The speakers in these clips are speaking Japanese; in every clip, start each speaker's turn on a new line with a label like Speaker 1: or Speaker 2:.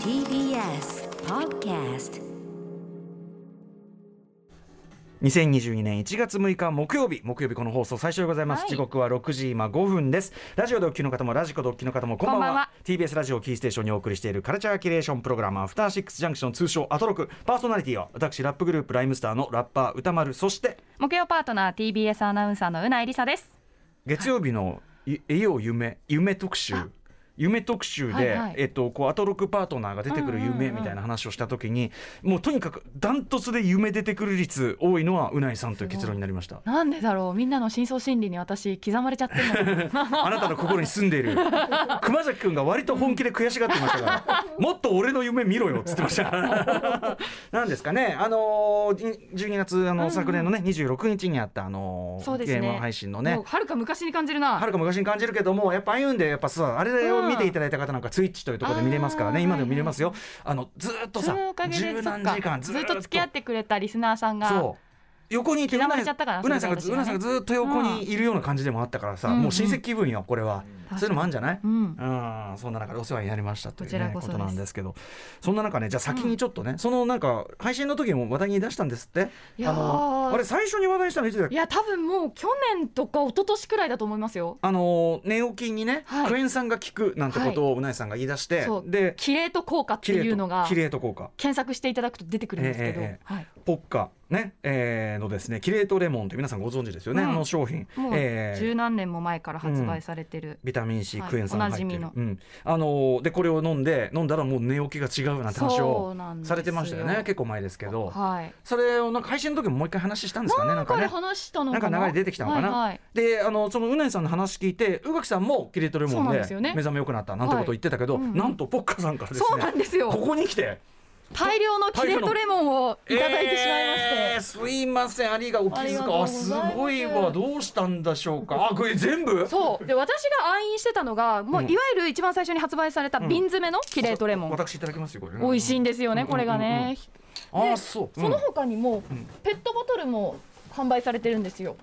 Speaker 1: TBS Podcast
Speaker 2: 2022年1月6日木曜日木曜日この放送最初でございます、
Speaker 1: はい
Speaker 2: 時刻は6時今5分ですラジオ同期の方もラジコ同期の方もこんばんは
Speaker 1: こんばんは
Speaker 2: TBS ラジオキーステーションにお送りしているカルチャーキュレーションプログラムアフターシックスジャンクション通称アトロクパーソナリティは私ラップグループライムスターのラッパー歌丸そして
Speaker 3: 木曜パートナー TBS アナウンサーのうなえりさです
Speaker 2: 月曜日のい「えよ夢」夢特集夢特集で、
Speaker 3: はいはい
Speaker 2: えっと、こうアトロクパートナーが出てくる
Speaker 3: うんうん
Speaker 2: 夢
Speaker 3: うん
Speaker 2: みたいな話をした時に、もうとにかくダントツで夢出てくる率多いのはうないさんという結論になりました
Speaker 3: なんでだろうみんなの真相心理に私刻まれちゃってるの
Speaker 2: あなたの心に住んでいる熊崎君が割と本気で悔しがってましたからもっと俺の夢見ろよっつってましたなんですかねあのー、じ12月あの、
Speaker 3: うんうん
Speaker 2: 昨年のね26日にあったあのー
Speaker 3: そうですね
Speaker 2: ゲーム配信の ね
Speaker 3: もうはるか昔に感じるな
Speaker 2: はるか昔に感じるけどもやっぱああいうんでやっぱさあれを見ていただいた方なんかツイッチというところで見れますからね
Speaker 3: あー
Speaker 2: 今でも見れますよあのずーっと
Speaker 3: そ
Speaker 2: さ
Speaker 3: のおかげで
Speaker 2: 十何
Speaker 3: そっか
Speaker 2: 時間ず
Speaker 3: ず
Speaker 2: ー
Speaker 3: っと付き合ってくれたリスナーさんが
Speaker 2: そう横にいてう
Speaker 3: 刻ま
Speaker 2: な
Speaker 3: れ
Speaker 2: い
Speaker 3: ちゃったから
Speaker 2: うないさんが
Speaker 3: そ
Speaker 2: ず
Speaker 3: れ
Speaker 2: う
Speaker 3: が
Speaker 2: な
Speaker 3: 私
Speaker 2: さん
Speaker 3: が
Speaker 2: が
Speaker 3: ね
Speaker 2: ずっと横にいるような感じでもあったからさ、
Speaker 3: うん
Speaker 2: もう親戚気分よこれは、
Speaker 3: うん
Speaker 2: そういうのもあるんじゃない、
Speaker 3: うん
Speaker 2: うん、そんな中でお世話になりましたという、
Speaker 3: こちら
Speaker 2: ね、こ
Speaker 3: こそです
Speaker 2: となんですけどそんな中ねじゃあ先にちょっとね、そのなんか配信の時も話題に出したんですって
Speaker 3: いやー
Speaker 2: あのあれ最初に話題したのいつだっ
Speaker 3: い
Speaker 2: け
Speaker 3: や多分もう去年とか一昨年くらいだと思いますよ
Speaker 2: あの寝起きにね、
Speaker 3: はい
Speaker 2: クエン酸が効くなんてことをうないさんが言い出して、
Speaker 3: そう
Speaker 2: で
Speaker 3: キレート効果って
Speaker 2: キレ
Speaker 3: いう
Speaker 2: ー
Speaker 3: の
Speaker 2: ト
Speaker 3: が
Speaker 2: キレート効果
Speaker 3: 検索していただくと出てくるんですけど、
Speaker 2: ええええ
Speaker 3: はい、
Speaker 2: ポッカね、えーのですねキレートレモンって皆さんご存知ですよね、
Speaker 3: うん
Speaker 2: あの商品。
Speaker 3: もう
Speaker 2: えー
Speaker 3: 十何年も前から発売されてる、
Speaker 2: ビタミン C
Speaker 3: はい
Speaker 2: クエン酸が入って
Speaker 3: お
Speaker 2: る、
Speaker 3: なじ
Speaker 2: うん、あのーでこれを飲んで飲んだらもう寝起きが違うなんて話
Speaker 3: そう
Speaker 2: を
Speaker 3: なんですよ
Speaker 2: されてましたよね結構前ですけど
Speaker 3: はい
Speaker 2: それをなんか配信の時ももう一回話したんですかねなんか
Speaker 3: これ
Speaker 2: ね
Speaker 3: 話したの
Speaker 2: なん
Speaker 3: か
Speaker 2: か
Speaker 3: な
Speaker 2: 流れ出てきたのかな、
Speaker 3: はいはい
Speaker 2: であのそのうねさんの話聞いて宇垣さんもキレートレ
Speaker 3: そう
Speaker 2: モン
Speaker 3: なん
Speaker 2: で
Speaker 3: ですよね
Speaker 2: 目覚めよくなったなんてことを言ってたけど、
Speaker 3: はいうんうん
Speaker 2: なんとポッカさんからです
Speaker 3: そう
Speaker 2: ね
Speaker 3: なんですよ
Speaker 2: ここに来て
Speaker 3: 大量のキレートレモンをいただいてしまいまして、
Speaker 2: えーすいませんありがお気
Speaker 3: あり
Speaker 2: 遣
Speaker 3: が
Speaker 2: い
Speaker 3: とうご
Speaker 2: あ
Speaker 3: ざいます
Speaker 2: すごいわどうしたんでしょうかあこれ全部
Speaker 3: そうで私が暗飲してたのがもう
Speaker 2: う
Speaker 3: い
Speaker 2: ん
Speaker 3: わゆる一番最初に発売された
Speaker 2: うん
Speaker 3: 瓶詰めのキレートレモン、
Speaker 2: 私いただきますよこれね
Speaker 3: 美味しいんですよね、
Speaker 2: うん
Speaker 3: これが
Speaker 2: うんうんうん
Speaker 3: ね、
Speaker 2: あ
Speaker 3: で
Speaker 2: そう、
Speaker 3: その
Speaker 2: うん
Speaker 3: 他にも
Speaker 2: ん
Speaker 3: ペットボトルも販売されてるんですよ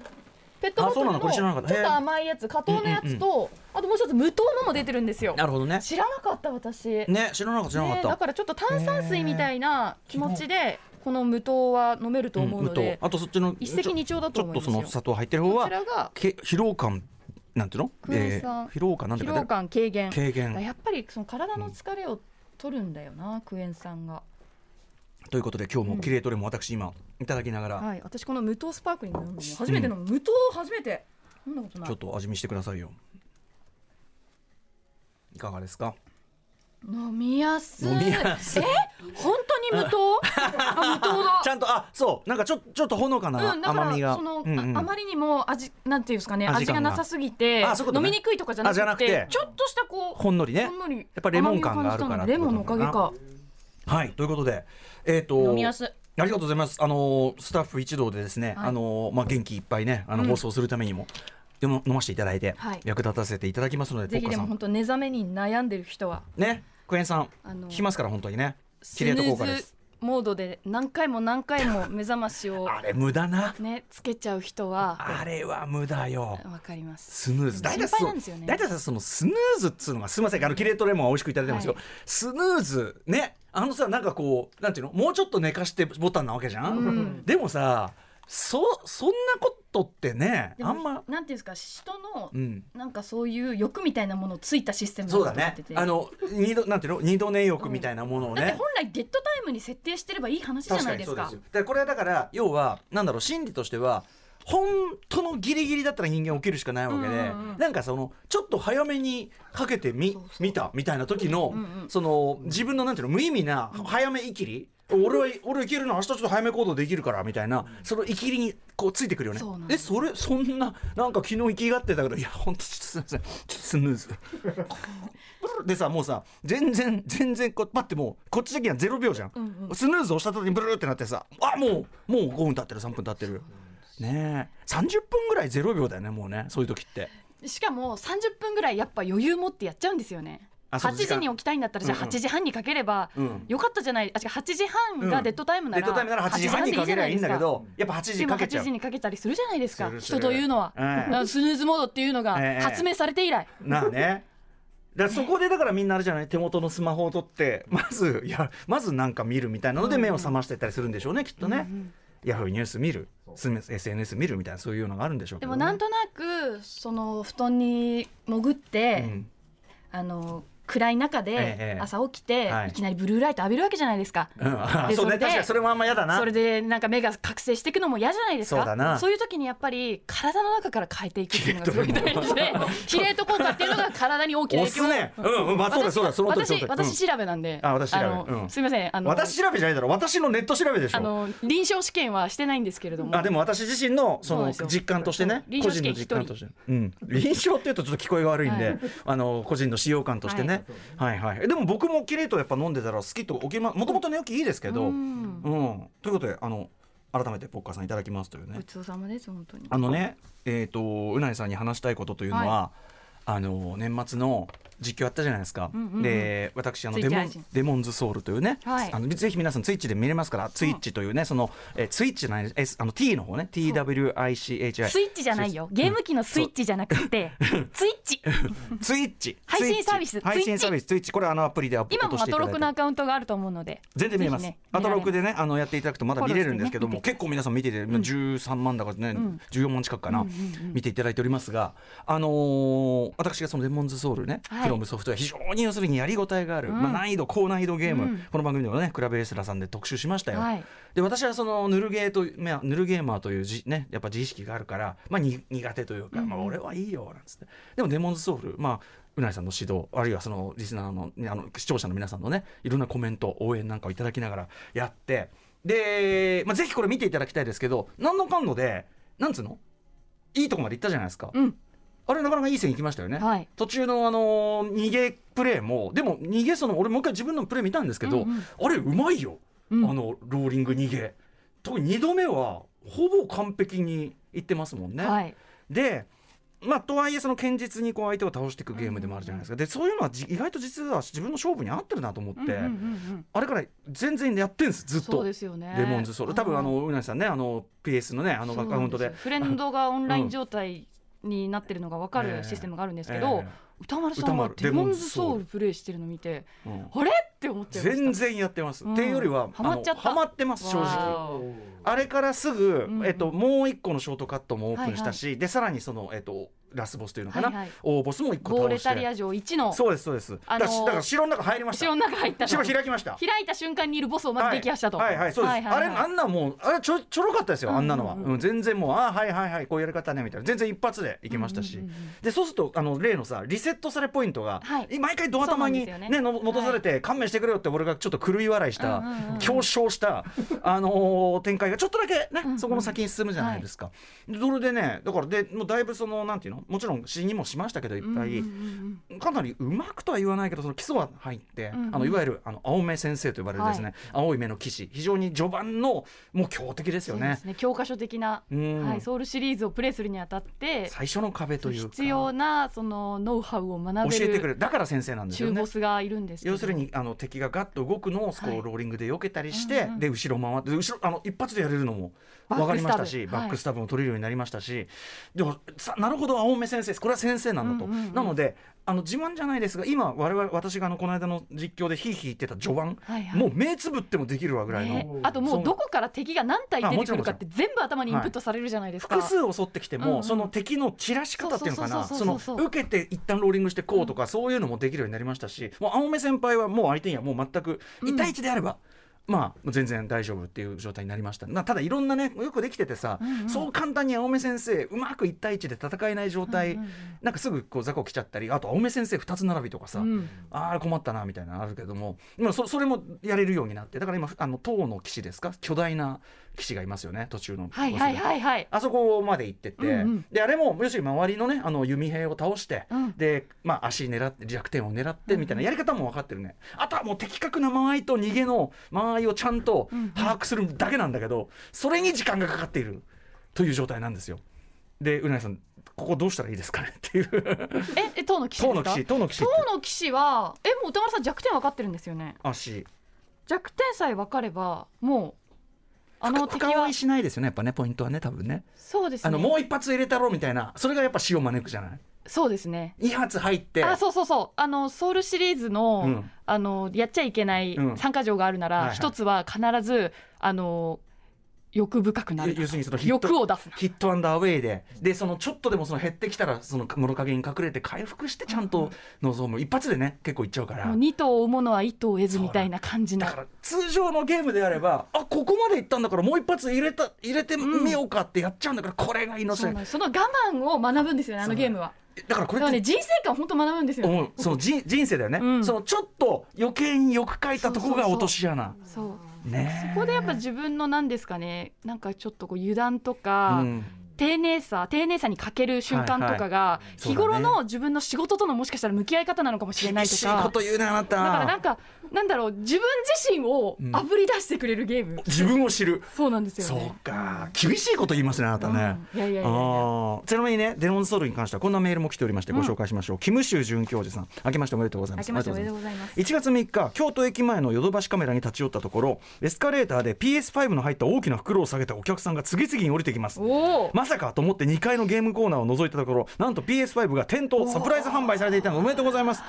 Speaker 3: ペットボトル
Speaker 2: あそうなの
Speaker 3: の
Speaker 2: これ知
Speaker 3: ち
Speaker 2: らなか
Speaker 3: ょっ
Speaker 2: ったへえ
Speaker 3: と甘いやつ加糖のやつと、あともう一つ無糖のも出てるんですよ
Speaker 2: なるほどね
Speaker 3: 知らなかった私
Speaker 2: ね知らなかった知らなか
Speaker 3: ね
Speaker 2: っ
Speaker 3: だ
Speaker 2: た、
Speaker 3: からちょっと炭酸水みたいな気持ちでこの無糖は飲めると
Speaker 2: うん
Speaker 3: 思うので、
Speaker 2: あとそっちの
Speaker 3: 一石二鳥だ
Speaker 2: ち
Speaker 3: と
Speaker 2: ょ
Speaker 3: 思
Speaker 2: っ
Speaker 3: いま
Speaker 2: と
Speaker 3: す
Speaker 2: そ
Speaker 3: よ
Speaker 2: の砂糖入ってる方
Speaker 3: こ
Speaker 2: は
Speaker 3: ちらが
Speaker 2: け疲労感なんていうの、
Speaker 3: クエン酸
Speaker 2: 疲労感なんて
Speaker 3: 疲
Speaker 2: 書いてあ
Speaker 3: 労
Speaker 2: る
Speaker 3: 感軽減
Speaker 2: 軽
Speaker 3: だから
Speaker 2: 減
Speaker 3: やっぱりその体の疲れを取るんだよな、クエン酸が。
Speaker 2: ということで今日も
Speaker 3: うん
Speaker 2: キレートレも私今いただきながら、
Speaker 3: はい、私この無糖スパークリング飲んだの初めての、無糖初めて飲んだことな
Speaker 2: ちょっ
Speaker 3: い。
Speaker 2: と味見してくださいよいかがですか
Speaker 3: 飲みやすい。
Speaker 2: 飲みやすい
Speaker 3: え、本当に 無糖？あ、無糖だ
Speaker 2: ち。ゃんとあそうなんかちょちょっとほのか
Speaker 3: うん、
Speaker 2: な
Speaker 3: だから
Speaker 2: 甘みが、
Speaker 3: その、
Speaker 2: うんうん
Speaker 3: ああまりにも味なんていうんですかね
Speaker 2: 味
Speaker 3: 味
Speaker 2: 感が
Speaker 3: がなさすぎて
Speaker 2: あそういうこと
Speaker 3: 飲
Speaker 2: ね
Speaker 3: みにくいとかじゃな
Speaker 2: あ
Speaker 3: く
Speaker 2: じ
Speaker 3: て
Speaker 2: ゃなくて
Speaker 3: ちょっとしたこう
Speaker 2: ほんのりね
Speaker 3: ほんのりや
Speaker 2: っぱレモン感があるからって
Speaker 3: レ
Speaker 2: こと
Speaker 3: モ
Speaker 2: な
Speaker 3: ン
Speaker 2: の
Speaker 3: の
Speaker 2: か
Speaker 3: おか
Speaker 2: な
Speaker 3: げか
Speaker 2: はいということでえっ、と
Speaker 3: 飲みやすい
Speaker 2: ありがとうございます。あのスタッフ一同でですね、
Speaker 3: はい
Speaker 2: あのまあ元気いっぱいね、あの
Speaker 3: うん
Speaker 2: 放送するためにも。でも飲ませていただいて、
Speaker 3: はい
Speaker 2: 役立たせていただきますので、
Speaker 3: ぜひ
Speaker 2: ポッ
Speaker 3: で
Speaker 2: カ
Speaker 3: も
Speaker 2: さ
Speaker 3: 本当寝覚めに悩んでる人は
Speaker 2: ん。ね、クエン酸、
Speaker 3: あの
Speaker 2: 聞きますから、本当にね。キ
Speaker 3: スヌ
Speaker 2: レート効果で
Speaker 3: ーズ
Speaker 2: す。
Speaker 3: モードで何回も何回も目覚ましを
Speaker 2: あれ無駄な。
Speaker 3: ねつけちゃう人は
Speaker 2: あれは無駄よ。
Speaker 3: わかりま
Speaker 2: ス
Speaker 3: す
Speaker 2: ヌーズ。大体
Speaker 3: 心配
Speaker 2: そ
Speaker 3: な
Speaker 2: うん
Speaker 3: ですよね
Speaker 2: 大体さ、そのスヌーズっつうのが、すみません、あのキレートレモンは美味しくいただいてますけど、
Speaker 3: は
Speaker 2: スヌーズね、あのさ、なんかこう、なんていうの、もうちょっと寝かしてボタンなわけじゃん。
Speaker 3: うん
Speaker 2: でもさ、そそんなことってね、
Speaker 3: でも
Speaker 2: あんま、
Speaker 3: なんていうんですか人の
Speaker 2: うん。
Speaker 3: なんかそういう欲みたいなものをついたシステム
Speaker 2: そうだ
Speaker 3: と思っ
Speaker 2: ね
Speaker 3: てて。
Speaker 2: あの二度なんていうの二度寝欲みたいなものを
Speaker 3: だって
Speaker 2: ね。
Speaker 3: 本来デッドタイムに設定してればいい話じゃないですか
Speaker 2: よ。でこれはだから要はなんだろう心理としては。本当のギリギリだったら人間起きるしかないわけで、
Speaker 3: うんうんうん
Speaker 2: なんかそのちょっと早めにかけてみ
Speaker 3: そうそう
Speaker 2: 見たみたいな時の、
Speaker 3: うんうん
Speaker 2: その自分のなんていうの無意味な早めいきり、俺は俺いけるの明日ちょっと早め行動できるからみたいな、そのいきりにこうついてくるよね
Speaker 3: そうなん
Speaker 2: え
Speaker 3: です
Speaker 2: それそんななんか昨日行きがってたけどいや本当ちょっとすいませんちょっとスヌーズでさもうさ全然全然こうパッてもうこっち的には0秒じゃん、
Speaker 3: うんうん
Speaker 2: スヌーズ押した時にブルルってなってさあもうもう5分経ってる3分経ってるねえ30分ぐらい0秒だよねもうねそういう時って
Speaker 3: しかも30分ぐらいやっぱ余裕持ってやっちゃうんですよね
Speaker 2: あそ
Speaker 3: 8
Speaker 2: の時間
Speaker 3: 時に起きたいんだったらじゃあ
Speaker 2: うんうん
Speaker 3: 8時半にかければ
Speaker 2: うん
Speaker 3: よかったじゃないあ違う8時半がデッドタイムな
Speaker 2: デッ
Speaker 3: ら
Speaker 2: ドタイムなら8時半にかけりゃいいんだけどやっぱ8時
Speaker 3: でも
Speaker 2: かけち
Speaker 3: 8
Speaker 2: ゃう
Speaker 3: 時にかけたりするじゃないですか
Speaker 2: するする
Speaker 3: 人というのは、
Speaker 2: ええ
Speaker 3: だからスヌーズモードっていうのが
Speaker 2: ええ
Speaker 3: 発明されて以来、
Speaker 2: なあねだからそこでだからみんなあれじゃない手元のスマホを取ってまずいやまずなんか見るみたいなので目を覚ましてったりするんでしょうねきっとね。ヤフーニュース見るす SNS 見るみたいなそういうのがあるんでしょうけ
Speaker 3: で
Speaker 2: ど
Speaker 3: も
Speaker 2: ね、
Speaker 3: なんとなくその布団に潜って、
Speaker 2: うん
Speaker 3: あの暗い中
Speaker 2: ええ
Speaker 3: で朝起きて、
Speaker 2: はい
Speaker 3: い、きなりブルーライト浴びるわけじゃないですか。
Speaker 2: うんあ
Speaker 3: で
Speaker 2: そうね
Speaker 3: それで
Speaker 2: 確かにそれもあんま嫌だな
Speaker 3: それでなんか目が覚醒していくのも嫌じゃないですか
Speaker 2: そうだな
Speaker 3: いう時にやっぱり体の中から変えていくっていうのがすごい 大事で キレート効果っていうのが体に大きな
Speaker 2: 押
Speaker 3: 影響
Speaker 2: すねうんうんまあそうだそうだその通りその
Speaker 3: 私
Speaker 2: 通り
Speaker 3: 私調べなんで、
Speaker 2: あ私調べ
Speaker 3: の
Speaker 2: うん
Speaker 3: すみませんあ
Speaker 2: うん
Speaker 3: の
Speaker 2: 私調べじゃないだろ私のネット調べでしょ
Speaker 3: あの臨床試験はしてないんですけれども
Speaker 2: あでも私自身のそ
Speaker 3: そうなん
Speaker 2: の
Speaker 3: ですよ
Speaker 2: 実感としてね
Speaker 3: 臨
Speaker 2: 個
Speaker 3: 床
Speaker 2: 人
Speaker 3: 試
Speaker 2: の
Speaker 3: 験
Speaker 2: 実感として、うん、臨床っていうとちょっと聞こえが悪いんで、
Speaker 3: はい
Speaker 2: あの個人の使用感としてね、はい、はいえでも僕もキレイとやっぱ飲んでたら好きと起きまもともと寝起きいいですけど、
Speaker 3: う
Speaker 2: うん
Speaker 3: ん
Speaker 2: ということであの改めてポッカーさんいただきますというね
Speaker 3: ごちそうさまです本当に
Speaker 2: あのねえっ、とうなぎさんに話したいことというのは、
Speaker 3: は
Speaker 2: あの年末の実況やったじゃないですか、
Speaker 3: うんうんうん
Speaker 2: で私あの
Speaker 3: ツ
Speaker 2: デ
Speaker 3: イッチ
Speaker 2: モ
Speaker 3: 配
Speaker 2: ン
Speaker 3: 信
Speaker 2: デモンズソウルというね、
Speaker 3: はい
Speaker 2: あのぜひ皆さんツイッチで見れますから、ツイッチというねそのえーツイッチじゃない S あの T の方ね TWICHI
Speaker 3: スイッチじゃないよゲーム機のスイッチじゃなくてツイッチ
Speaker 2: ツイッチ
Speaker 3: 配信サービス
Speaker 2: 配信サービスツイッチこれあのアプリでアップ
Speaker 3: 今も
Speaker 2: 落とし
Speaker 3: ア
Speaker 2: ていただ
Speaker 3: ト
Speaker 2: い
Speaker 3: ロ
Speaker 2: て
Speaker 3: クのアカウントがあると思うので
Speaker 2: 全然見れます、
Speaker 3: ぜひね
Speaker 2: アトロク
Speaker 3: 見られ
Speaker 2: でねあのやっていただくとまだ見れるんですけども、
Speaker 3: フォローして
Speaker 2: 結構皆さん見てて、今13万だからね、
Speaker 3: ん
Speaker 2: 14万近くかな、
Speaker 3: うんうんうん
Speaker 2: 見ていただいておりますがあのー私がそのデモンズソウルね、
Speaker 3: はい
Speaker 2: クロムソフトウェア非常に要するにやりごたえがある、
Speaker 3: うん
Speaker 2: まあ、難易度高難易度ゲーム、
Speaker 3: うん
Speaker 2: この番組でもねクラブレスラーさんで特集しましたよ、
Speaker 3: はい
Speaker 2: で私はそのぬるゲーとまあぬるゲーマーというじねやっぱ自意識があるからまあに苦手というか、まあ俺はいいよなんつってでもデモンズソウルまあうなぎさんの指導あるいはそのリスナーのねあの視聴者の皆さんのねいろんなコメント応援なんかをいただきながらやってで、まあ、ぜひこれ見ていただきたいですけど何のかんのでなんつうのいいとこまで行ったじゃないですか、
Speaker 3: うん
Speaker 2: あれなかなかいい線いきましたよね、
Speaker 3: はい
Speaker 2: 途中のあのー逃げプレーもでも逃げその俺もう一回自分のプレー見たんですけど、
Speaker 3: うんうん
Speaker 2: あれうまいよ、
Speaker 3: うん
Speaker 2: あのローリング逃げ特に2度目はほぼ完璧にいってますもんね。
Speaker 3: はい
Speaker 2: でまあ、とはいえその堅実にこう相手を倒していくゲームでもあるじゃないですか、でそういうのはじ意外と実は自分の勝負に合ってるなと思って、
Speaker 3: うんうんうんうん
Speaker 2: あれから全然やってんですずっと
Speaker 3: そうですよね
Speaker 2: レモンズソウル多分あのうなぎさんねあの PS のねあのアカウントで
Speaker 3: そうなんすよフレンドがオンライン状態になってるのが分か
Speaker 2: うん
Speaker 3: るシステムがあるんですけど、
Speaker 2: え
Speaker 3: 歌丸さん
Speaker 2: 歌
Speaker 3: は
Speaker 2: 丸
Speaker 3: デモンズソウルプレイしてるの見て
Speaker 2: えうん
Speaker 3: あれって思っちゃいました
Speaker 2: 全然やってます、
Speaker 3: うん
Speaker 2: っていうよりは
Speaker 3: ハマっちゃった
Speaker 2: あのハマってます正直
Speaker 3: わー
Speaker 2: あれからすぐ、
Speaker 3: うん
Speaker 2: えっと、もう一個のショートカットもオープンしたし、でさらにその、えっと、ラスボスというのかな、
Speaker 3: はいはい
Speaker 2: 大ボスも一個
Speaker 3: ゴー
Speaker 2: 倒
Speaker 3: レ
Speaker 2: し
Speaker 3: タリ
Speaker 2: て
Speaker 3: ア城一の
Speaker 2: そうですそうです、
Speaker 3: あ
Speaker 2: だ
Speaker 3: の
Speaker 2: から
Speaker 3: ー
Speaker 2: だから城の中入りまし
Speaker 3: 城の
Speaker 2: た
Speaker 3: 中入った
Speaker 2: 城
Speaker 3: の
Speaker 2: 開きました
Speaker 3: 開いた瞬間にいるボスをまず撃破したと、
Speaker 2: はいはいはいそうです、
Speaker 3: はいはいはい
Speaker 2: あれあんなもうあれちょちょろかったですよあんなのは、
Speaker 3: う
Speaker 2: うんん
Speaker 3: うんうん
Speaker 2: 全然もうあーはいはいはいこういうやり方ねみたいな全然一発でいきましたし、
Speaker 3: うんうんうんうん
Speaker 2: でそうするとあの例のさリセットされポイントが、
Speaker 3: はい
Speaker 2: 毎回ドア玉に、
Speaker 3: そうなんで
Speaker 2: ね
Speaker 3: すよね
Speaker 2: の戻されて、勘弁してくれよって俺がちょっと狂い笑いした、
Speaker 3: うんうんうん
Speaker 2: 強勝した、あのー展開がちょっとだけね、
Speaker 3: うんうん
Speaker 2: そこの先に進むじゃないですか。でそれでねだからでもうだいぶそのなんていうのもちろん死にもしましたけどいっ
Speaker 3: うんうん
Speaker 2: ぱい。
Speaker 3: うん
Speaker 2: かなりうまくとは言わないけどその基礎は入って、
Speaker 3: うんうん
Speaker 2: あのいわゆるあの青目先生と呼ばれるですね、青い目の騎士非常に序盤のもう強敵です
Speaker 3: そ
Speaker 2: よ
Speaker 3: うで
Speaker 2: ね
Speaker 3: す。ね教科書的な、
Speaker 2: うん
Speaker 3: はい、ソウルシリーズをプレイするにあたって
Speaker 2: 最初の壁というか
Speaker 3: 必要なそのノウハウを学べ
Speaker 2: 教えてくれ
Speaker 3: る
Speaker 2: るだから先生なんですよ
Speaker 3: 中
Speaker 2: ね
Speaker 3: ボ。スがいるんですけど
Speaker 2: 要するにあの敵がガッと動くのをこう、
Speaker 3: はい
Speaker 2: ローリングで避けたりして、
Speaker 3: うんうん
Speaker 2: で後ろ回ってで後ろあの一発でやれるのも
Speaker 3: バ
Speaker 2: 分
Speaker 3: ックスタブ
Speaker 2: かりましたし
Speaker 3: はい
Speaker 2: バックスタブも取れるようになりましたし、でもさなるほど青目先生ですこれは先生なんだと、
Speaker 3: うんうんうん
Speaker 2: なのであの自慢じゃないですが今我々私があのこの間の実況でヒーヒー言ってた序盤、
Speaker 3: はいはい
Speaker 2: もう目つぶってもできるわぐらいの、
Speaker 3: ね、あともうどこから敵が何体出てくるかって全部頭にインプットされるじゃないですか。
Speaker 2: 複数襲ってきても、
Speaker 3: うんうん
Speaker 2: その敵の散らし方っていうのかな
Speaker 3: そう
Speaker 2: そ
Speaker 3: そうそ
Speaker 2: の
Speaker 3: うそうそう
Speaker 2: 受けて一旦ローリングしてこうとか、そういうのもできるようになりましたしもう青目先輩はもう相手にはもう全く1対1であれば。まあ、全然大丈夫っていう状態になりましたなただいろんなねよくできててさ、
Speaker 3: うんうん
Speaker 2: そう簡単に青目先生うまく1対1で戦えない状態、
Speaker 3: うんうんうん
Speaker 2: なんかすぐこう雑魚来ちゃったりあと青目先生2つ並びとかさ、
Speaker 3: うん
Speaker 2: ああ困ったなみたいなのあるけども、まあ、そそれもやれるようになってだから今あの塔の騎士ですか巨大な騎士がいますよね途中のボスで。
Speaker 3: はいはいはいはい。
Speaker 2: あそこまで行ってて、
Speaker 3: うんうん
Speaker 2: であれも要するに周りのねあの弓兵を倒して、
Speaker 3: うん
Speaker 2: で、まあ、足狙って弱点を狙ってみたいなやり方も分かってるね、あとはもう的確な間合いと逃げの間合いをちゃんと
Speaker 3: うんうん
Speaker 2: 把握するだけなんだけど、それに時間がかかっているという状態なんですよ。でうなぎさんここどうしたらいいですかね っていう
Speaker 3: ええ当の騎士
Speaker 2: 塔の
Speaker 3: です
Speaker 2: 騎
Speaker 3: か
Speaker 2: 士。塔の騎士
Speaker 3: 当の騎士はえもう歌丸さん弱点分かってるんですよね。
Speaker 2: 足
Speaker 3: 弱点さえ分かればもうあの
Speaker 2: 深
Speaker 3: 敵
Speaker 2: 深追
Speaker 3: はい
Speaker 2: しないですよねやっぱねポイントはね多分ね
Speaker 3: そうですね。
Speaker 2: あのもう一発入れたろうみたいなそれがやっぱ死を招くじゃない
Speaker 3: そうですね
Speaker 2: 2発入って
Speaker 3: あそうそうそうあのソウルシリーズの,、
Speaker 2: うん
Speaker 3: あのやっちゃいけない
Speaker 2: うん
Speaker 3: 参加条があるな
Speaker 2: はい
Speaker 3: ら
Speaker 2: はい
Speaker 3: 一、つは必ずあの欲深くなる
Speaker 2: 要するにそのヒット
Speaker 3: 欲を出す
Speaker 2: ヒットアンダーウェイででそのちょっとでもその減ってきたらその物陰に隠れて回復してちゃんと望む一発でね結構いっちゃうから
Speaker 3: もう2頭を追うものは1頭を得ずみたいな感じの
Speaker 2: だから通常のゲームであればあここまでいったんだからもう一発入れた入れてみようかってやっちゃうんだからこれが命
Speaker 3: そ
Speaker 2: だ
Speaker 3: う
Speaker 2: よ
Speaker 3: なんですその我慢を学ぶんですよねあのゲームは
Speaker 2: だからこ
Speaker 3: だ
Speaker 2: れ
Speaker 3: か
Speaker 2: っ
Speaker 3: ら
Speaker 2: て
Speaker 3: ね人生観を本当学ぶんですよ、
Speaker 2: 思うその人人生だよね、
Speaker 3: うん
Speaker 2: そのちょっと余計によく書いたとこが落とし穴
Speaker 3: そう
Speaker 2: ねえ
Speaker 3: そこでやっぱ自分の何ですかねなんかちょっとこう油断とか、
Speaker 2: うん
Speaker 3: 丁寧さ丁寧さに欠ける瞬間とかが、
Speaker 2: いはい
Speaker 3: 日頃の自分の仕事とのもしかしたら向き合い方なのかもしれない
Speaker 2: 厳
Speaker 3: と
Speaker 2: しい
Speaker 3: か
Speaker 2: こと言うねあな
Speaker 3: だからなん
Speaker 2: た
Speaker 3: かなんだろう自分自身を
Speaker 2: うん
Speaker 3: あぶり出してくれるゲーム、
Speaker 2: 自分を知る
Speaker 3: そうなんですよ
Speaker 2: そ
Speaker 3: ね
Speaker 2: うか厳しいこと言いますねあなたね、
Speaker 3: うんいやいやいやい
Speaker 2: あ
Speaker 3: や
Speaker 2: ーちなみにねデロンソールに関してはこんなメールも来ておりましてご紹介しましょう、キムシュウ准教授さん明けましておめでとうございま
Speaker 3: 明
Speaker 2: す
Speaker 3: けましておめで
Speaker 2: ありがとうござい
Speaker 3: と
Speaker 2: ま
Speaker 3: う
Speaker 2: す
Speaker 3: ございます
Speaker 2: 1月3日京都駅前のヨドバシカメラに立ち寄ったところエスカレーターで PS5 の入った大きな袋を下げたお客さんが次々に降りてきます
Speaker 3: おお
Speaker 2: まさかと思って2階のゲームコーナーを覗いたところなんと PS5 が店頭サプライズ販売されていたのでおめでとうございます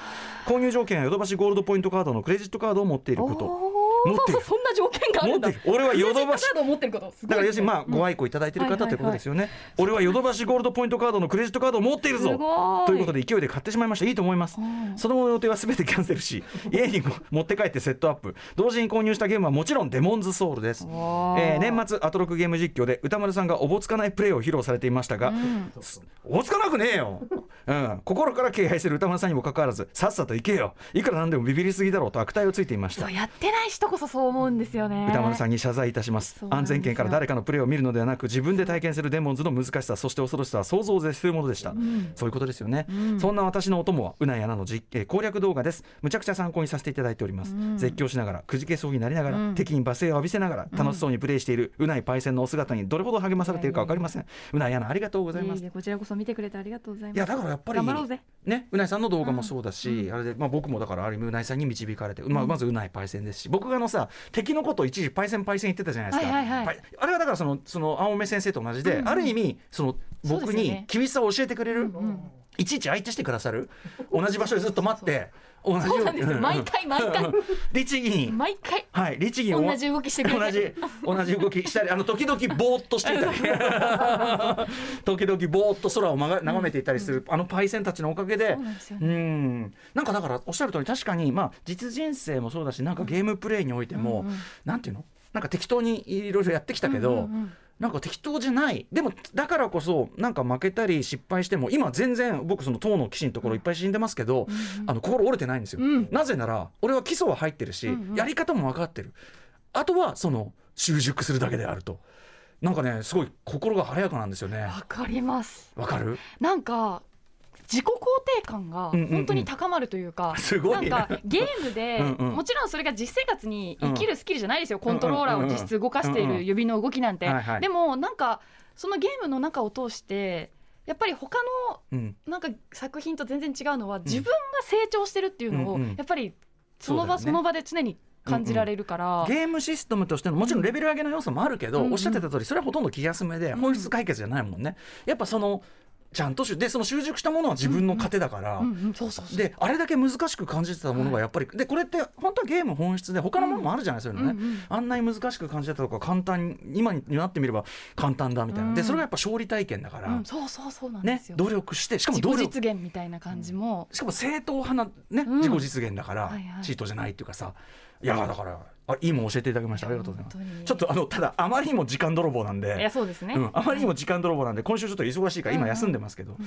Speaker 2: 購入条件はヨドバシゴールドポイントカードのクレジットカードを持っていること持ってる
Speaker 3: そんな条件があ
Speaker 2: 持
Speaker 3: る
Speaker 2: っ
Speaker 3: んだ
Speaker 2: ている俺はヨドバシ
Speaker 3: クレジットカードを持ってることすごい
Speaker 2: だから要するにまあ
Speaker 3: うん
Speaker 2: ご愛顧いただいている
Speaker 3: はい
Speaker 2: 方
Speaker 3: は
Speaker 2: とい
Speaker 3: いはい
Speaker 2: うことですよね、俺はヨドバシゴールドポイントカードのクレジットカードを持っているぞ
Speaker 3: すごい
Speaker 2: ということで勢いで買ってしまいましたいいと思います
Speaker 3: うん
Speaker 2: その後の予定は全てキャンセルし家に持って帰ってセットアップ同時に購入したゲームはもちろんデモンズソウルです、
Speaker 3: わー
Speaker 2: えー年末アトロクゲーム実況で歌丸さんがおぼつかないプレーを披露されていましたが、
Speaker 3: うん
Speaker 2: おぼつかなくねえよ、うん、心から敬愛する歌丸さんにもかかわらずさっさと行けよいくらなんでもビビりすぎだろうと悪態をついていました
Speaker 3: そうやってない人こそそう思うんですよね
Speaker 2: 歌丸さんに謝罪いたします
Speaker 3: そうなん
Speaker 2: 安
Speaker 3: ですよ
Speaker 2: 全圏から誰かのプレーを見るのではなく自分で体験するデモンズの難しさそして恐ろしさは想像を絶するものでした、そういうことですよね、
Speaker 3: ん
Speaker 2: そんな私のお供はうなやなの実、えー攻略動画ですむちゃくちゃ参考にさせていただいております、
Speaker 3: うん
Speaker 2: 絶叫しながらくじけそうになりながら、
Speaker 3: うん
Speaker 2: 敵に罵声を浴びせながら楽しそうにプレイしているうないパイセンのお姿にどれほど励まされているか分かりませんうなやなありがとうございます
Speaker 3: いえいえこちらこそ見てくれてありがとうございます
Speaker 2: いやだからやっぱり
Speaker 3: 頑張ろうぜ
Speaker 2: ねうないさんの動画もそうだし、あれでまあ僕もだからある意味うないさんに導かれて、まあまずうないパイセンですし、僕があのさ敵のことを一時パイセンパイセン言ってたじゃないですか。
Speaker 3: はいはいはい
Speaker 2: パイあれはだからそのその青梅先生と同じで、
Speaker 3: うんうん
Speaker 2: ある意味その
Speaker 3: そうで
Speaker 2: 僕
Speaker 3: すよね
Speaker 2: に厳しさを教えてくれる。いちいち相手してくださる同じ場所でずっと待って同じよ
Speaker 3: そうなんですよ毎回毎回
Speaker 2: 律儀に
Speaker 3: 毎回
Speaker 2: はい律儀に
Speaker 3: 同じ動きしてくれて
Speaker 2: 同じ同じ動きしたりあの時々ぼーっとしていたり 時々ぼーっと空をまが眺めていたりする、あのパイセンたちのおかげで
Speaker 3: そうなんですよ
Speaker 2: う
Speaker 3: ね
Speaker 2: んなんかだからおっしゃる通り確かにまあ実人生もそうだしなんかゲームプレイにおいても、
Speaker 3: うんうん
Speaker 2: なんていうのなんか適当にいろいろやってきたけど、
Speaker 3: うんうんうん
Speaker 2: なんか適当じゃないでもだからこそなんか負けたり失敗しても今全然僕その党の騎士のところいっぱい死んでますけど、あの心折れてないんですよ、
Speaker 3: うん
Speaker 2: なぜなら俺は基礎は入ってるし、
Speaker 3: うんうん
Speaker 2: やり方も分かってるあとはその習熟するだけであるとなんかねすごい心が晴れやかなんですよね
Speaker 3: わかります
Speaker 2: わかる
Speaker 3: なんか自己肯定感が
Speaker 2: うんうんうん
Speaker 3: 本当に高まるというか、
Speaker 2: すごいね
Speaker 3: なんかゲーム で
Speaker 2: うんうん
Speaker 3: もちろんそれが実生活に生きるスキルじゃないですよ、コントローラーを実質動かしてい
Speaker 2: うんうんう
Speaker 3: る
Speaker 2: ん
Speaker 3: 指の動きなんて、
Speaker 2: はいはい
Speaker 3: でもなんかそのゲームの中を通してやっぱり他の
Speaker 2: うん
Speaker 3: なんか作品と全然違うのは自分が成長してるっていうのを、
Speaker 2: うんうん
Speaker 3: やっぱりその場
Speaker 2: そう
Speaker 3: そ,、
Speaker 2: だよね
Speaker 3: の場で常に感じられるから、
Speaker 2: ゲームシステムとしてのもちろんレベル上げの要素もあるけど、
Speaker 3: うんうん
Speaker 2: おっしゃってた通りそれはほとんど気休めで本質解決じゃないもんね、やっぱそのちゃんとしでその習熟したものは自分の糧だから、
Speaker 3: うんうんそうそうそう
Speaker 2: であれだけ難しく感じてたものがやっぱり、でこれって本当はゲーム本質で他のものもあるじゃないですかね、
Speaker 3: うんうん
Speaker 2: あんなに難しく感じてたとか簡単に今になってみれば簡単だみたいな、
Speaker 3: うん
Speaker 2: でそれがやっぱ勝利体験だから、
Speaker 3: うん、そうそうそうなんで
Speaker 2: ね
Speaker 3: すよ、
Speaker 2: 努力してしかも
Speaker 3: 自
Speaker 2: 努
Speaker 3: 己
Speaker 2: 力
Speaker 3: 実現みたいな感じも、
Speaker 2: しかも正統派な、ね
Speaker 3: うん
Speaker 2: 自己実現だから、
Speaker 3: はいはい
Speaker 2: チートじゃないっていうかさいやだからあいいもん教えていただきましたありがとうございます
Speaker 3: 本当に
Speaker 2: ちょっとあのただあまりにも時間泥棒なんで
Speaker 3: いやそうですね、
Speaker 2: うん、あまりにも時間泥棒なんで今週ちょっと忙しいから
Speaker 3: うん
Speaker 2: 今休んでますけど、う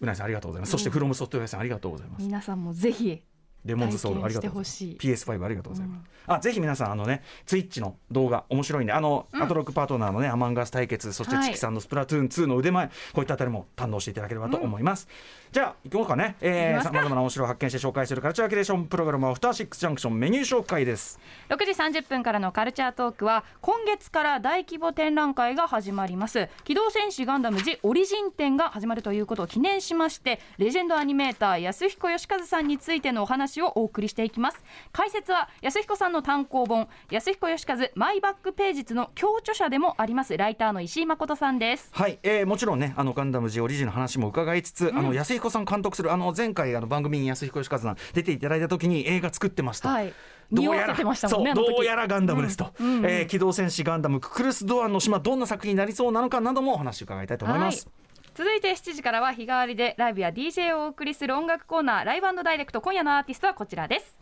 Speaker 2: なぎさんありがとうございます、そしてフロムソフトウェアさんありがとうございます、
Speaker 3: 皆さんもぜひ
Speaker 2: レモンズソウルありがとうございま
Speaker 3: 体
Speaker 2: す
Speaker 3: 験
Speaker 2: PS5 ありがとうございます、あぜひ皆さんあのねツイッチの動画面白いんであの、アトロックパートナーのねアマンガス対決そして
Speaker 3: はい
Speaker 2: チキさんのスプラトゥーン2の腕前、こういったあたりも堪能していただければと思います、じゃあ行こうかね
Speaker 3: 行き
Speaker 2: え
Speaker 3: ま
Speaker 2: ー
Speaker 3: す
Speaker 2: さ
Speaker 3: か
Speaker 2: まざまな面白を発見して紹介するカルチャーキュレーションプログラムアフターシックスジャンクションメニュー紹介です
Speaker 3: 6時30分からのカルチャートークは今月から大規模展覧会が始まります機動戦士ガンダムジオリジン展が始まるということを記念しましてレジェンドアニメーター安彦義和さんについてのお話話をお送りしていきます解説は安彦さんの単行本安彦義和マイバックページズの共著者でもありますライターの石井誠さんです
Speaker 2: はい、えーもちろんね、あのガンダムジオリジンの話も伺いつつ、あの安彦さん監督する、あの前回あの番組に安彦義和さん出ていただいた時に映画作ってました。
Speaker 3: はい
Speaker 2: どう
Speaker 3: 匂
Speaker 2: や
Speaker 3: わ
Speaker 2: ら
Speaker 3: せてましたもんね
Speaker 2: そう
Speaker 3: あの時
Speaker 2: どうやらガンダムですと、
Speaker 3: うんうん
Speaker 2: えー機動戦士ガンダムククルス・ドアンの島どんな作品になりそうなのかなどもお話を伺いたいと思います、
Speaker 3: はい、続いて7時からは日替わりでライブや DJ をお送りする音楽コーナーライブダイレクト今夜のアーティストはこちらです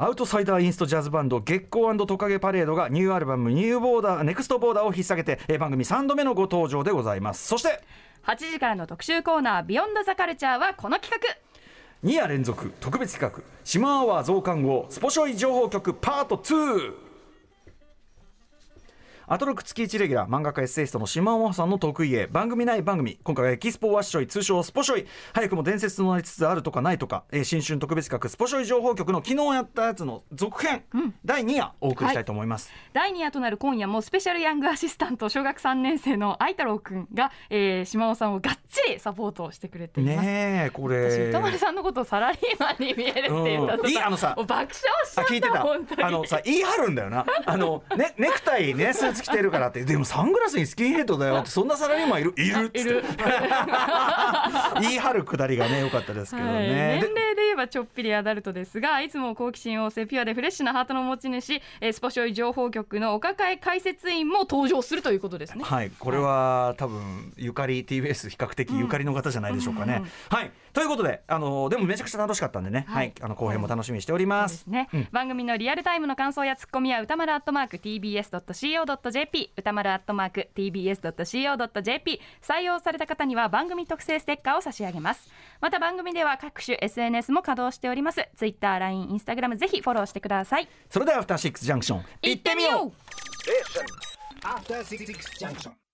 Speaker 2: アウトサイダーインストジャズバンド月光トカゲパレードがニューアルバムニューボーダーネクストボーダーを引っ提げて、えー番組3度目のご登場でございますそして
Speaker 3: 8時からの特集コーナービヨンドザカルチャーはこの企画
Speaker 2: 2夜連続特別企画「島アワー増刊号スポショイ情報局パート2」アトロック月1レギュラー漫画家エッセイストの島尾さんの得意へ番組ない番組今回はエキスポワッショイ通称スポショイ早くも伝説となりつつあるとかないとか、えー新春特別企画スポショイ情報局の昨日やったやつの続編、第2夜お送りしたいと思います、
Speaker 3: 第2夜となる今夜もスペシャルヤングアシスタント小学3年生の愛太郎くんが、えー、島尾さんをがっちりサポートしてくれています、
Speaker 2: ねえこ
Speaker 3: 私
Speaker 2: れ
Speaker 3: 歌丸さんのことをサラリーマンに見えるって言ったと
Speaker 2: うんいいあのさ
Speaker 3: もう爆笑しち
Speaker 2: あ
Speaker 3: ゃった
Speaker 2: 聞いてた
Speaker 3: 本当に
Speaker 2: あのさ言い張るんだよなあの、ね、ネクタイねスーツ着てるからってでもサングラスにスキンヘッドだよってそんなサラリーマンいるいるっつって言い張るくだりがね良かったですけどね、
Speaker 3: はい、
Speaker 2: で
Speaker 3: 年齢で言えばちょっぴりアダルトですがいつも好奇心旺盛ピュアでフレッシュなハートの持ち主、えー、スポショイ情報局のお抱え解説員も登場するということですね。
Speaker 2: はい、これは多分ゆかり TBS 比較的ゆかりの方じゃないでしょうかね。はいということであのでもめちゃくちゃ楽しかったんでね、はい
Speaker 3: はい
Speaker 2: あの後編も楽しみにしておりま
Speaker 3: ですす。ね、番組のリアルタイムの感想やツッコミは歌丸アットマーク TBS.CO.JP 歌丸アットマーク TBS.CO.JP 採用された方には番組特製ステッカーを差し上げますまた番組では各種 SNS も稼働しておりますツイッター、LINE、Instagram ぜひフォローしてください
Speaker 2: それではアフターシックスジャンクション
Speaker 3: 行ってみよう
Speaker 4: After Six Junction.